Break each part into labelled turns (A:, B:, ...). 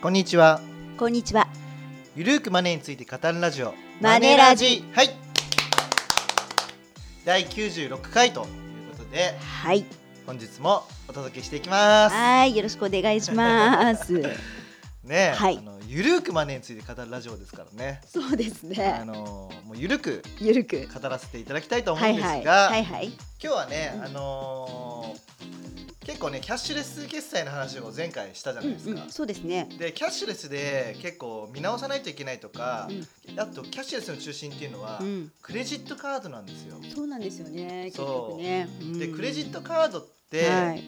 A: こんにちは。
B: こんにちは。
A: ゆるーくマネーについて語るラジオ。
B: マネラジ。
A: はい。第96回ということで、
B: はい。
A: 本日もお届けしていきます。
B: はい、よろしくお願いし ます。
A: ねえ、
B: はい
A: あのゆるーくマネーについて語るラジオですからね。
B: そうです
A: あ
B: ね。
A: のもうゆるく
B: ゆるく。
A: 語らせていただきたいと思
B: は
A: うん
B: い
A: ですが、
B: はい。はいはい。
A: 今日はね、
B: うん
A: あのー結構ねキャッシュレス決済の話を前回したじゃないです
B: う
A: か。
B: んうん。そうですね。
A: でキャッシュレスで結構見直さないといけないとか、
B: う
A: あとキャッシュレスの中心っていうのは、
B: ん。うん。
A: クレジットカードなんですよ。
B: そうなんですよね。結
A: そう
B: 局ね。うん
A: でクレジットカードって、
B: はい。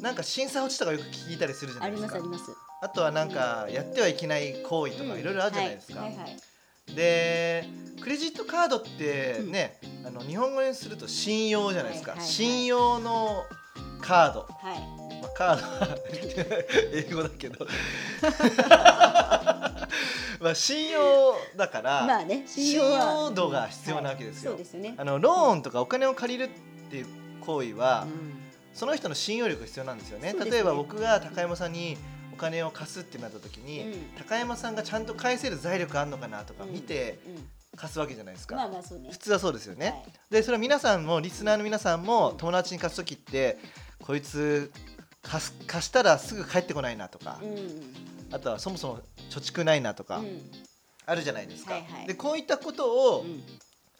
A: なんか審査落ちとかよく聞いたりするじゃな
B: あ
A: い
B: り
A: です
B: ま
A: か
B: すあります。
A: あとはなんかやってはいけない行為とかいろいろあるじゃないですか、
B: はいはいはい。
A: でクレジットカードってね、あの日本語にすると信用じゃないですか、
B: はいはいはい
A: 信用のカード、
B: はい。
A: まあ、カードは 英語だけ どまあ信用だから、
B: まあね。
A: 信
B: は
A: 用度が必要なわけですよ、
B: そうですよね。
A: あのローンとかお金を借りるっていう行為は、その人の信用力が必要なんですよね
B: そうですね
A: 例えば僕が高山さんにお金を貸すってなった時
B: うん
A: に、
B: うん
A: 高山さんがちゃんと返せる財力あんのかなとか見て
B: うん
A: 貸すわけじゃないですか、
B: まあまあそうね
A: 普。通はそうですよね、
B: はい。
A: でそれは皆さんもリスナーの皆さんも
B: うん
A: 友達に貸す時ってこいつ貸す貸したらすぐ帰ってこないなとか、
B: うん。
A: あとはそもそも貯蓄ないなとか、
B: うん
A: あるじゃないですか、
B: はいはい
A: でこういったことを
B: うん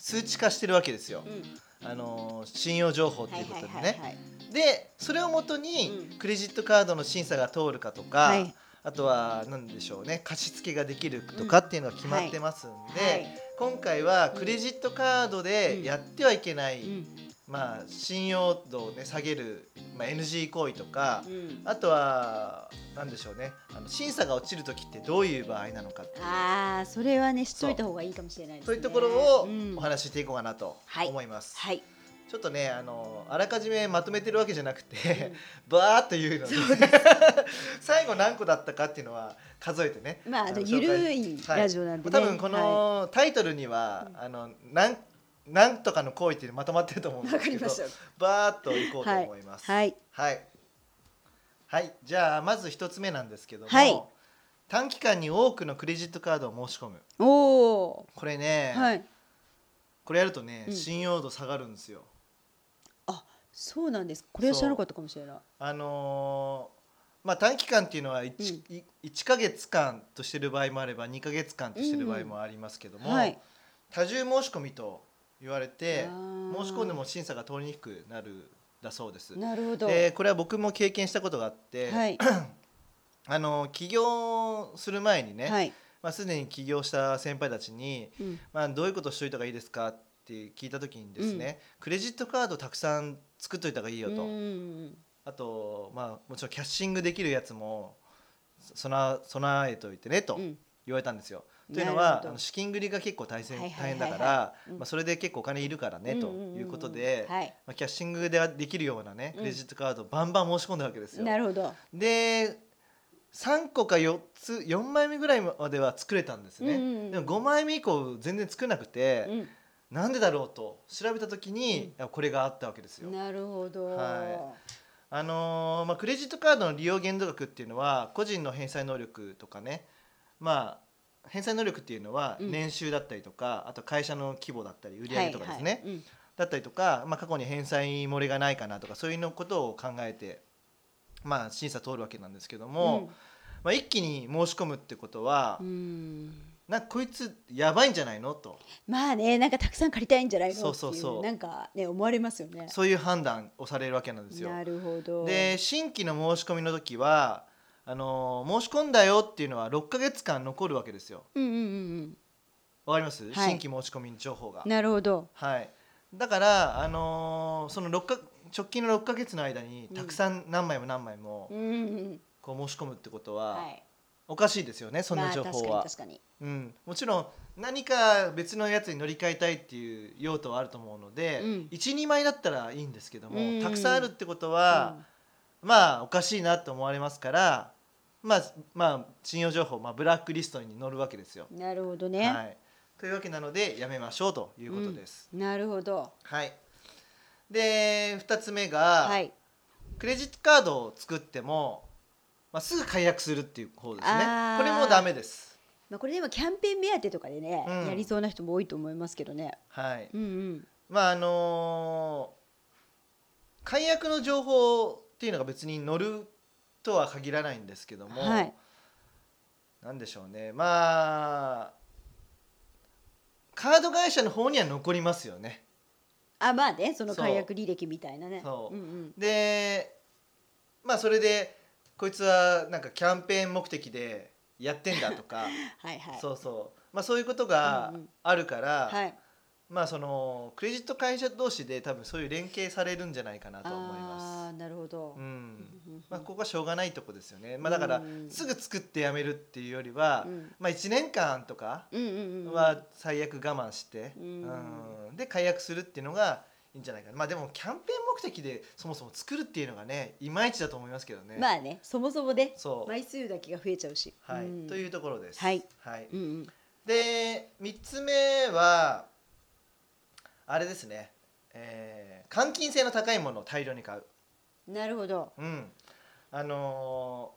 A: 数値化してるわけですよ、
B: うん
A: あのー信用情報って
B: はいいう
A: こ
B: は
A: と
B: い
A: でね、
B: はいはい。
A: でそれをもとに
B: うん
A: クレジットカードの審査が通るかとか、
B: はい
A: あとは何でしょうね貸し付けができるとかっていうのが決まってますんで、
B: はい
A: 今回はクレジットカードでやってはいけない、
B: うん
A: まあ、信用度を、ね、下げる、まあ、NG 行為とか、
B: うん。
A: あとは何でしょうねあの審査が落ちる時ってどういう場合なのかっていう
B: ああ、それはね、しといた方がいいかもしれないですね。
A: そういうところを
B: うん
A: お話ししていこうかなと
B: はい
A: 思います。
B: はい。
A: ちょっとねあのあらかじめまとめてるわけじゃなくて、 バーっと言うので
B: そう
A: 最後何個だったかっていうのは数えてね
B: まあ、あの、
A: 紹介
B: ゆるいラジオなんで、ね
A: 多分このタイトルには、あのなんなんとかの行為っていうのまとまってると思うん
B: は
A: で
B: いわ
A: す
B: か
A: け
B: り
A: ど
B: ました。
A: バーっといこうと思います。
B: はい。
A: はい、はいじゃあまず一つ目なんですけども、
B: はい
A: 短期間に多くのクレジットカードを申し込む
B: おお。
A: これね、
B: はい。
A: これやるとね、
B: うん
A: 信用度下がるんですよ。
B: そうなんです。これは知らなかったかもしれない。
A: あのーまあ、短期間っていうのは 1,、一ヶ月間としてる場合もあれば2ヶ月間としてる場合もありますけども、
B: はい。
A: 多重申し込みと言われて
B: あ
A: 申
B: ー
A: し込んでも審査が通りにくくなるだそうです。
B: なるほど。
A: でこれは僕も経験したことがあって、
B: はい。
A: あの起業する前にね、
B: はい。
A: まあ、すでに起業した先輩たちに、
B: うん。
A: まあ、どういうことしといた方がいいですかって聞いた時にですね、クレジットカードたくさん作っといた方がいいよと、
B: うん。
A: あと、まあ、もちろんキャッシングできるやつもそ備備えといてねと
B: うん。
A: 言われたんですよ。
B: うん
A: というの
B: なる
A: は
B: ほど
A: あの資金繰りが結構大変,、
B: はいはいはいはい
A: 大変だから、
B: うん
A: まあ、それで結構お金いるからね、ということで、
B: はい。
A: まあ、キャッシングではできるようなね
B: うん
A: クレジットカードをバンバン申し込んだわけですよ。
B: なるほど。
A: で3個か4つ4枚目ぐらいまでは作れたんですね、
B: うんうんうん
A: でも5枚目以降全然作れなくて、
B: う
A: なんでだろうと調べた時に、いやこれがあったわけですよ
B: ん。。なるほど。
A: はあのーまあ、クレジットカードの利用限度額っていうのは個人の返済能力とかね、まあ、返済能力っていうのは
B: うん
A: 年収だったりとか、あと会社の規模だったり売
B: い。
A: 上とかですね、
B: はい。うん
A: だったりとか、まあ、過去に返済漏れがないかなとかそういうのことを考えて、まあ、審査通るわけなんですけども、まあ、一気に申し込むってことは、
B: うん。うん。
A: なんかこいつやばいんじゃないのと
B: まあね、なんかたくさん借りたいんじゃないの。
A: そうそうそう
B: っていなんかね、思われますよね。
A: そういう判断をされるわけなんですよ。
B: なるほど。
A: で新規の申し込みの時はあの申し込んだよっていうのは6ヶ月間残るわけですよ
B: うんうんうん
A: わかります、
B: い
A: 新規申し込み情報が
B: うん。なるほど。
A: はいだからあのーその6か直近の6ヶ月の間にたくさん何枚も何枚も
B: うんうん。
A: こう申し込むってことは、
B: はい。
A: おかしいですよねそんな情報は、
B: まあ、確かに確かに。
A: うん、もちろん何か別のやつに乗り換えたいっていう用途はあると思うので、
B: うん
A: 12枚だったらいいんですけども、
B: うん
A: たくさんあるってことは、まあおかしいなと思われますからまあまあ信用情報、まあ、ブラックリストに載るわけですよ。
B: うんなるほどね。
A: はい、というわけなのでやめましょうということです。
B: うんなるほど。
A: はい、で2つ目が、
B: はい。
A: クレジットカードを作ってもまあ、すぐ解約するっていう方ですね
B: あー
A: これもダメです
B: まあ、これでもキャンペーン目当てとかでね、
A: うん
B: やりそうな人も多いと思いますけどね。
A: はい
B: うんうん。
A: まああのー解約の情報っていうのが別に載るとは限らないんですけども、
B: はい
A: なんでしょうねまあカード会社の方には残りますよね。
B: あ、まあね、その
A: そう
B: 解約履歴みたいなね。
A: そう
B: うんうん。
A: でまあそれでこいつはなんかキャンペーン目的でやってんだとか、
B: はいはい。
A: そうそう、まあ、そういうことが
B: うんうん
A: あるから、
B: はい。
A: まあそのクレジット会社同士で多分そういう連携されるんじゃないかなと思い
B: あ
A: ま
B: あ、なるほど
A: す。う。ん
B: うんうんうん
A: まあ、ここはしょうがないとこですよね、まあ、だから
B: うん
A: すぐ作ってやめるっていうよりは、
B: うん
A: まあ、1年間とか
B: うんうんうん。
A: は最悪我慢して、
B: う
A: うんで解約するっていうのがいいんじゃないかな、まあ、でもキャンペーン目的でそもそも作るっていうのがねいまいちだと思いますけどね。
B: まあね、そもそもね、
A: そう、
B: 枚数だけが増えちゃうし。
A: はい
B: うん
A: というところです。
B: はい
A: はい、
B: うんうん。
A: で3つ目はあれですね、えー、換金性の高いものを大量に買う、
B: なるほど。
A: うんあの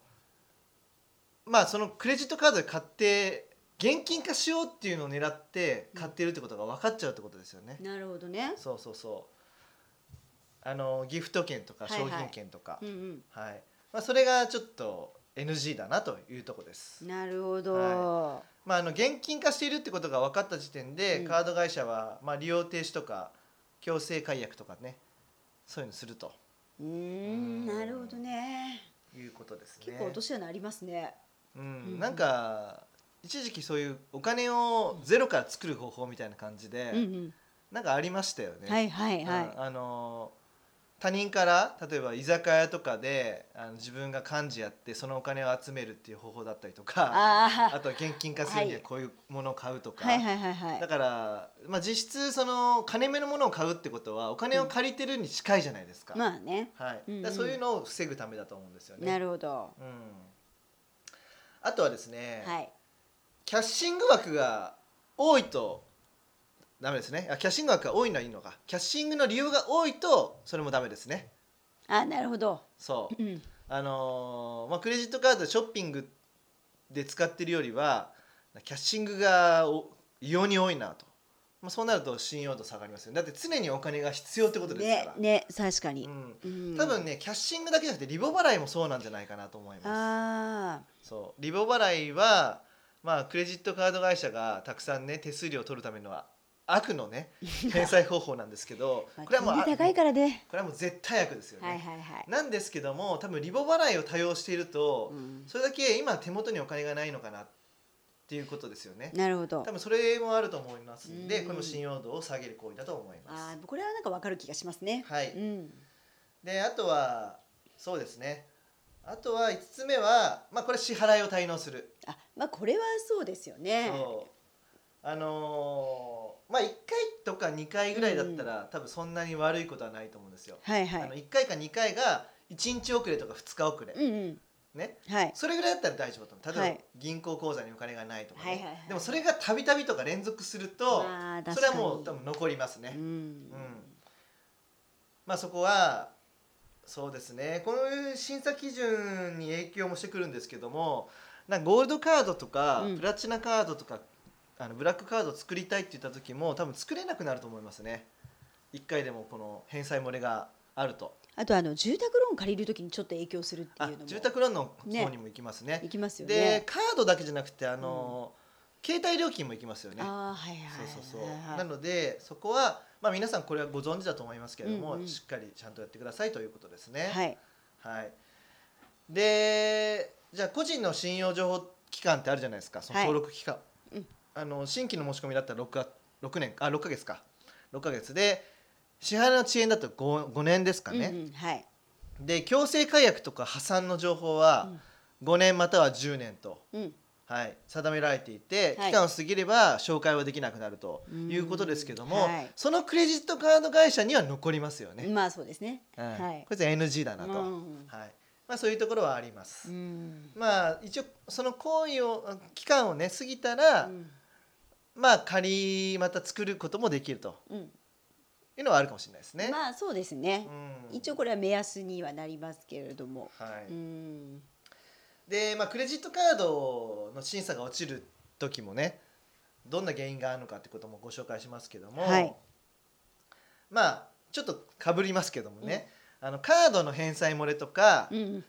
A: ーまあそのクレジットカードで買って現金化しようっていうのを狙って買ってるってことが分かっちゃうってことですよね、
B: なるほどね。
A: そうそうそうあのーギフト券とか
B: はいは
A: 商
B: い
A: 品券とか、は
B: う
A: い
B: んうん。
A: まあ、それがちょっと NG だなというとこです
B: なるほど。
A: はまあ、あの現金化しているってことが分かった時点で、
B: うん
A: カード会社は、まあ、利用停止とか強制解約とかねそういうのすると
B: うーん、なるほどね。
A: いうことですね。
B: 結構落とし穴ありますね。
A: う
B: うん
A: ん、なんか一時期そういうお金をゼロから作る方法みたいな感じで、
B: うんうん。
A: なんかありましたよね。
B: はいはいはい
A: うん。あの他人から例えば居酒屋とかであの自分が幹事やってそのお金を集めるっていう方法だったりとかあ
B: ああ。
A: とは現金化するにははいこういうものを買うとか、
B: はいはいはいはい
A: だ。から、まあ、実質その金目のものを買うってことはお金を借りてるに近いじゃないですか、
B: まあね。
A: はい
B: うんうん
A: だからそういうのを防ぐためだと思うんですよね。
B: なるほど。
A: うん、あとはですね、
B: はい。
A: キャッシング枠が多いとダメですねあキャッシング枠が多いのはいいのかキャッシングの理由が多いとそれもダメですね。
B: あ、なるほど。
A: そう
B: うん。
A: あのーまあ、クレジットカードショッピングで使ってるよりはキャッシングがお異様に多いなと、まあ、そうなると信用度下がりますよねだって常にお金が必要ってことです
B: ね
A: から、、
B: ね、確かに。
A: う、
B: うんん
A: 多分。ねキャッシングだけじゃなくてリボ払いもそうなんじゃないかなと思います
B: ああ。
A: そうリボ払いは、まあ、クレジットカード会社がたくさんね手数料を取るための悪の ね返済方法なんですけど
B: まあ、
A: これはもう
B: 金利高いからね。
A: これはもう絶対悪ですよね、
B: はいはいはい。
A: なんですけども多分リボ払いを多用していると、
B: うん
A: それだけ今手元にお金がないのかなっていうことですよね
B: なるほど
A: 多。分それもあると思いますんで
B: うん
A: これも信用度を下げる行為だと思いま
B: あ
A: す
B: あ、これはなんかわかる気がしますね。
A: はい
B: うん。
A: であとはそうですねあとは5つ目は、まあ、これ支払いを滞納する、
B: あ、まあ、これはそうですよね。
A: そうあのーまあ1回とか2回ぐらいだったら、多分そんなに悪いことはないと思うんですよ、
B: はい
A: あ
B: は
A: の
B: い。
A: 1回か2回が1日遅れとか2日遅れ、
B: うんうん。
A: ね
B: はい。
A: それぐらいだったら大丈夫だと思う例えば、
B: はい
A: 銀行口座にお金がないとか、ね
B: はいはいはい
A: でもそれがたびたびとか連続すると、
B: まあ
A: それはもう
B: 確
A: 多
B: かに
A: 分残りますね、う
B: う
A: ん
B: ん。
A: まあそこはそうですねこういう審査基準に影響もしてくるんですけどもなんかゴールドカードとか、
B: うん
A: プラチナカードとかあのブラックカードを作りたいって言った時も多分作れなくなると思いますね1回でもこの返済漏れがあると
B: あと、あの、住宅ローン借りるときにちょっと影響するってい
A: あ
B: うのも。
A: 住宅ローンの
B: ね
A: 方にも行きますね
B: いきますよ
A: で
B: ね。
A: カードだけじゃなくてあの、携帯料金も行きますよね。
B: ああ、はいは
A: そう
B: いはい。
A: そうそう、
B: はいはい
A: なのでそこは、まあ、皆さんこれはご存知だと思いますけれども、
B: うんうん
A: しっかりちゃんとやってくださいということですね。
B: はい。
A: はい、でじゃあ個人の信用情報期間ってあるじゃないですかその
B: はい
A: 登録期間、
B: うん
A: あの新規の申し込みだったら 6, か6年あ6ヶ月か6ヶ月で支払いの遅延だと 5, 5年ですかね。
B: うんうん、はい。
A: で強制解約とか破産の情報は5年または10年と。
B: うん。
A: はい、定められていて、
B: はい
A: 期間を過ぎれば紹介はできなくなるということですけども、
B: うんはい
A: そのクレジットカード会社には残りますよね、
B: まあ、そうですね。
A: うん
B: はい
A: こ。れじゃ NG だなと、
B: うん
A: はいまあ、そういうところはありま
B: う
A: す、
B: ん。
A: まあ一応その行為をあ期間をね過ぎたら、
B: うん
A: まあ仮また作ることもできると
B: うん。
A: いうのはあるかもしれないですね、
B: まあ、そうですね。
A: うん
B: 一応これは目安にはなりますけれども。
A: はい、
B: うん。
A: で、まあ、クレジットカードの審査が落ちる時もねどんな原因があるのかってこともご紹介しますけども、
B: はい
A: まあちょっとかぶりますけどもね、あのカードの返済漏れとか、
B: うんうん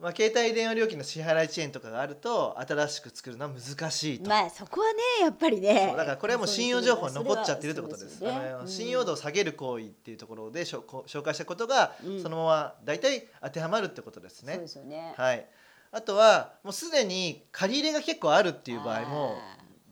A: まあ、携帯電話料金の支払い遅延とかがあると新しく作るのは難しいと。
B: まあそこはねやっぱりね
A: そうだからこれはもう信用情報に残っちゃってるってことです
B: それは
A: あの
B: そう
A: 信用度を下げる行為っていうところでしょこ紹介したことが
B: うん
A: そのまま大体当てはまるってことです
B: ねそう
A: ね
B: で。すよね
A: はい、あとはもうすでに借り入れが結構あるっていう場合も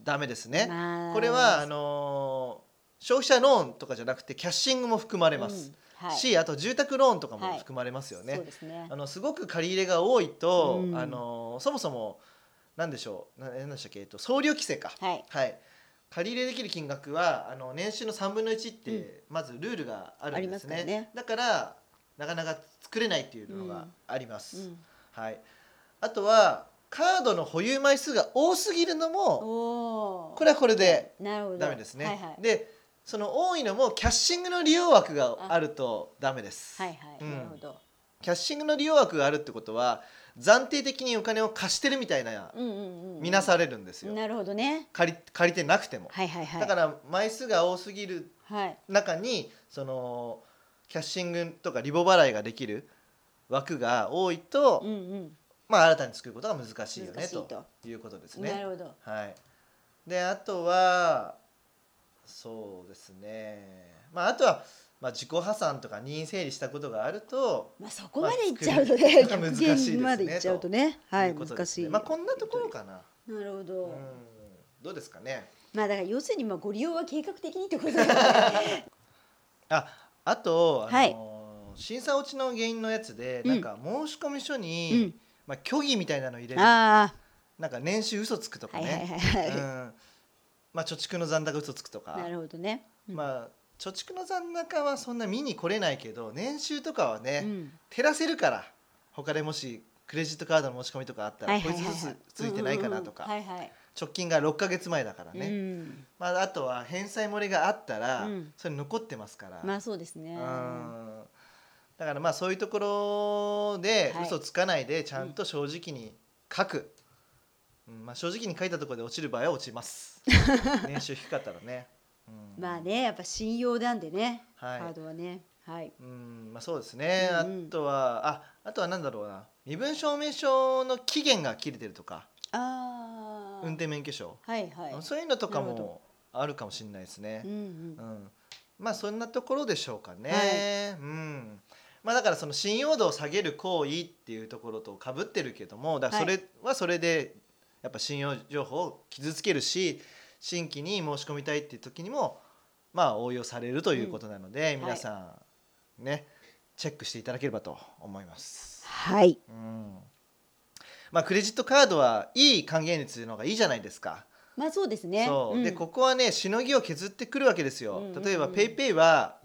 A: ダメですね。
B: まあ
A: これはあのー消費者ローンとかじゃなくてキャッシングも含まれます、
B: うんはい
A: しあと住宅ローンとか
B: は
A: も
B: い
A: 含まれますよね。
B: そうですね
A: あのすごく借り入れが多いと、
B: うん
A: あのそもそも何でしょうな何でしたっけ、えっと、総量規制か、
B: はい
A: 借り入れできる金額はあの年収の3分の1ってまずルールがあるんですね,、
B: ありますからね
A: だからなかなか作れないっていうのがあります、
B: うん
A: はい、あとはカードの保有枚数が多すぎるのも
B: お
A: これはこれで
B: れなるほど
A: ダメですね、
B: はいはい
A: でその多いのもキャッシングの利用枠があるとダメです、
B: はいは
A: う
B: い
A: ん
B: なるほど
A: キャッシングの利用枠があるってことは暫定的にお金を貸してるみたいな
B: うんうんうん
A: 見なされるんですよ、
B: なるほどね
A: 借り借りてなくても、
B: はいはいはい
A: だから枚数が多すぎる
B: はい
A: 中にそのキャッシングとかリボ払いができる枠が多いと、
B: うんうん
A: まあ、新たに作ることが難しいよ
B: 難
A: ね
B: しいと
A: ということです
B: な
A: ね。
B: るほど
A: はい、であとはそうですね、まあ、あとは、まあ、自己破産とか任意整理したことがあると
B: まあそこまでいっちゃうと
A: まあ
B: ね
A: 作る
B: 極
A: 難しいですね
B: 限までいっちゃうとねはいいう
A: ことで
B: 難
A: す
B: し
A: ね
B: い
A: まあ、こんなところかな。
B: なるほ
A: う
B: ど
A: んどうですかね。
B: まあだから要するにまあご利用は計画的にってことですね
A: ああと、あの
B: はい
A: 審査落ちの原因のやつで、
B: うん
A: なんか申し込み書に、
B: うん
A: まあ、虚偽みたいなの入れる
B: あ
A: なんか年収嘘つくと
B: あ
A: か
B: はい
A: ね、
B: はいはいは
A: うんまあ、貯蓄の残高嘘つくとか
B: い、なるほどねうん
A: まあ、貯蓄の残高はそんな見に来れないけど年収とかはね、
B: うん
A: 照らせるから他でもしクレジットカードの申し込みとかあったら、
B: はいはいはい
A: こいつずつついてないかなとか、
B: うんうんうんはいはい
A: 直近が6か月前だからね、
B: うん
A: まあ、あとは返済漏れがあったら、
B: うん
A: それ残ってますから、
B: まあそうですね
A: うんだからまあそういうところで
B: はい
A: 嘘つかないでちゃんと正直に書く、うんまあ、正直に書いたところで落ちる場合は落ちます 年収低かったらね、うん
B: まあねやっぱ信用なんでね
A: はい
B: カードはねはい
A: うんまあ、そうですね、
B: うんうん
A: あとはああとはなんだろうな身分証明書の期限が切れてるとか
B: ああ
A: 運転免許証、
B: はいはい
A: そういうのとか
B: なるほ
A: もあるかもしれないですね、
B: うんうん
A: うん、まあそんなところでしょうかね、
B: は
A: うんまあ、だからその信用度を下げる行為っていうところとかぶってるけどもだからそれはそれでやっぱ信用情報を傷つけるし新規に申し込みたいっていう時にもまあ応用されるということなので、
B: ん
A: 皆さんね、チェックしていただければと思います。
B: はい
A: うんまあ、クレジットカードはいい還元率の方がいいじゃないですか。
B: まあそうですね
A: そうで
B: ん
A: ここはねしのぎを削ってくるわけですよ、
B: うんうんうん
A: 例えば PayPay は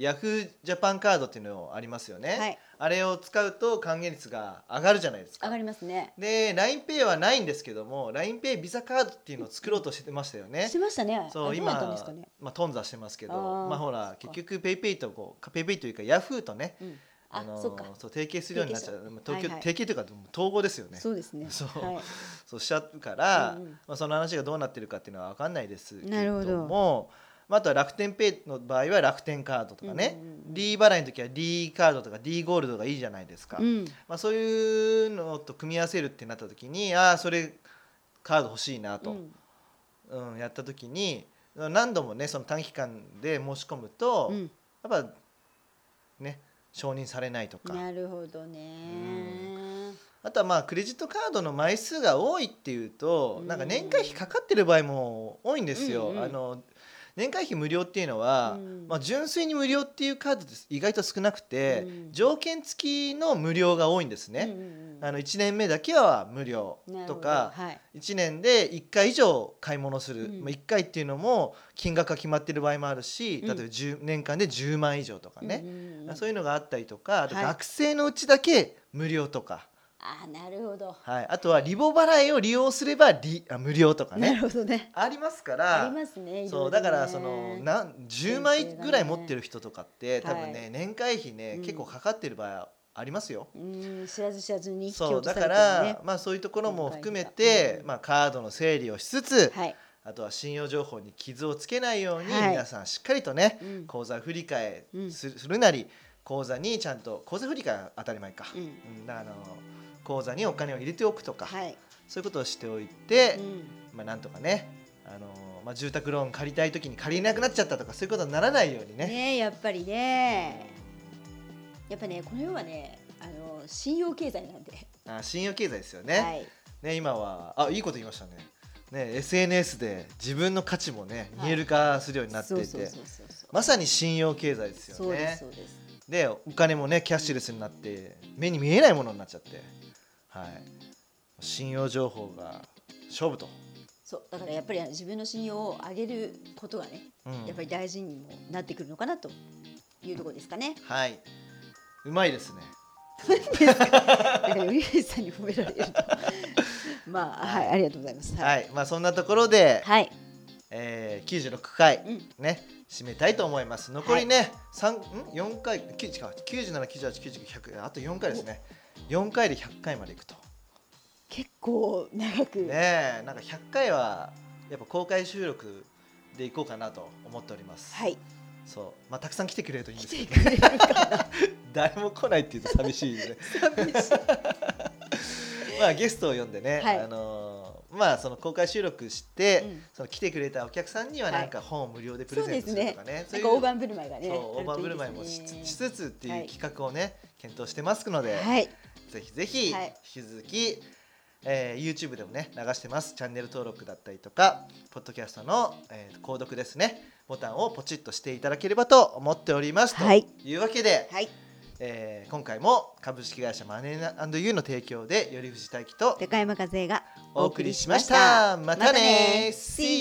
A: YahooJapan カードっていうのありますよね、
B: はい
A: あれを使うと還元率が上がるじゃないですか
B: 上がりますね
A: で LINEPay はないんですけども LINEPay ビザカードっていうのを作ろうとしてましたよね
B: し、ましたね
A: そ
B: あ
A: う
B: れどう
A: 今
B: なったんですかね
A: まあ、頓挫してますけど
B: あー
A: まあほら結局 PayPay とこう PayPay というか Yahoo とね
B: うん
A: あ
B: あ
A: のー
B: そうか
A: そう提携するようになっちゃう
B: 提携し
A: 東京、
B: はいはい
A: 提携というか統合ですよね
B: そうですね
A: そう
B: はい
A: そうしちゃうから、
B: うんうん
A: まあ、その話がどうなってるかっていうのは分かんないですけ
B: なるほど
A: どもまあ、あとは楽天ペイの場合は楽天カードとかね、
B: うんうんうん
A: D 払いの時は D カードとか D ゴールドがいいじゃないですか、
B: うん
A: まあ、そういうのと組み合わせるってなった時にああそれカード欲しいな
B: う
A: と、
B: ん
A: うんやった時に何度もねその短期間で申し込むと、
B: うん
A: やっぱね承認されないとか、
B: なるほどね
A: あとはまあクレジットカードの枚数が多いっていうと、
B: うん
A: なんか年会費かかってる場合も多いんですよ。
B: うんうん
A: あの年会費無料っていうのは、
B: うん
A: まあ、純粋に無料っていうカードって意外と少なくて、
B: うん
A: 条件付きの無料が多いんですね。
B: うんうん
A: あの1年目だけは無料
B: うん
A: とか、
B: なる
A: 1年で1回以上買い物する、
B: うん
A: まあ、1回っていうのも金額が決まってる場合もあるし、
B: うん
A: 例えば10年間で10万以上とか
B: ほどはい
A: ね、
B: うんうんうん
A: そういうのがあったりとかあと
B: はい
A: 学生のうちだけ無料とか。
B: あなるほど
A: はい、あとはリボ払いを利用すればリあ無料とか
B: なる
A: ね
B: ほどね
A: ありますか
B: あ
A: ら
B: りますね。
A: そう
B: いろいろね
A: だからそのなん10枚ぐらい持ってる人とかって、
B: がね
A: 多分ね、
B: はい
A: 年会費ね、
B: うん
A: 結構かかってる場合ありますよ。
B: うん知らず知らずに引き
A: そう
B: 落
A: だ
B: とさ
A: か
B: れたりね
A: ら、まあ、そういうところも含め
B: うん
A: て
B: う、ん
A: まあ、カードの整理をしつつ、
B: はい
A: あとは信用情報に傷をつけないように
B: はい
A: 皆さんしっかりとね、
B: うん
A: 口座振り替
B: う
A: え
B: ん
A: する,、なり口座にちゃんと口座振り替えは当たり前か、
B: うん
A: うんだからあの口座にお金を入れておくとか、
B: はい、
A: そういうことをしておいて
B: う、ん、
A: まあ、なんとかねあの、まあ、住宅ローン借りたい時に借りれなくなっちゃったとかそういうことにならないようにね。
B: ねやっぱりねやっぱねこの世はねあの信用経済なんで、
A: あ信用経済ですよね,、
B: はい、
A: ね今はあいいこと言いましたねね SNS で自分の価値もね
B: はい
A: 見える化するようになっていて、
B: そうそうそうそう
A: まさに信用経済ですよね。
B: そうですそうです
A: でお金もねキャッシュレスになって目に見えないものになっちゃって、はい、信用情報が勝負と、
B: そうだからやっぱりあの自分の信用を上げることがね
A: うん
B: やっぱり大事にもなってくるのかなというところですかね。
A: はいうまいですね
B: だからウリエさんに褒められると。 まあはいありがとうございます。
A: はいい、まあそんなところで、
B: はい、
A: えー、96回
B: うん
A: ね締めたいと思います残りね、三ん4回9か97、98、99、100あと4回ですね4回で100回までいくと
B: 結構長く、
A: ねえなんか100回はやっぱ公開収録でいこうかなと思っております、
B: はい
A: そうまあたくさん来てくれるといいんですけど
B: 来て
A: ね
B: くれるかな。
A: 誰も来ないっていうと寂しいんで
B: 寂し い
A: まあゲストを呼んでね、
B: はい
A: あのーまあその公開収録して、
B: うん
A: その来てくれたお客さんには
B: はい
A: なんか本を無料でプ
B: そ
A: レゼ
B: うで
A: ント
B: す
A: する
B: ね
A: とかね。
B: な
A: そうんい
B: か
A: う
B: 大盤振る舞いがね。
A: そう
B: あ
A: 大
B: ると
A: 盤振る
B: い
A: 舞い
B: い
A: も
B: で
A: し
B: す
A: つ
B: ね
A: しつつって
B: はいいう
A: 企画をね検討してますので、
B: はい
A: ぜひぜひ
B: はい
A: 引き続き、えー YouTube でもね流してますチャンネル登録だったりとかポッドキャストの、えー購読ですねボタンをポチッとしていただければと思っております、
B: はい
A: というわけで、
B: はい
A: えー今回も株式会社マネーユーの提供で頼藤大樹と
B: 高山和恵が
A: お送りしました。またね See you!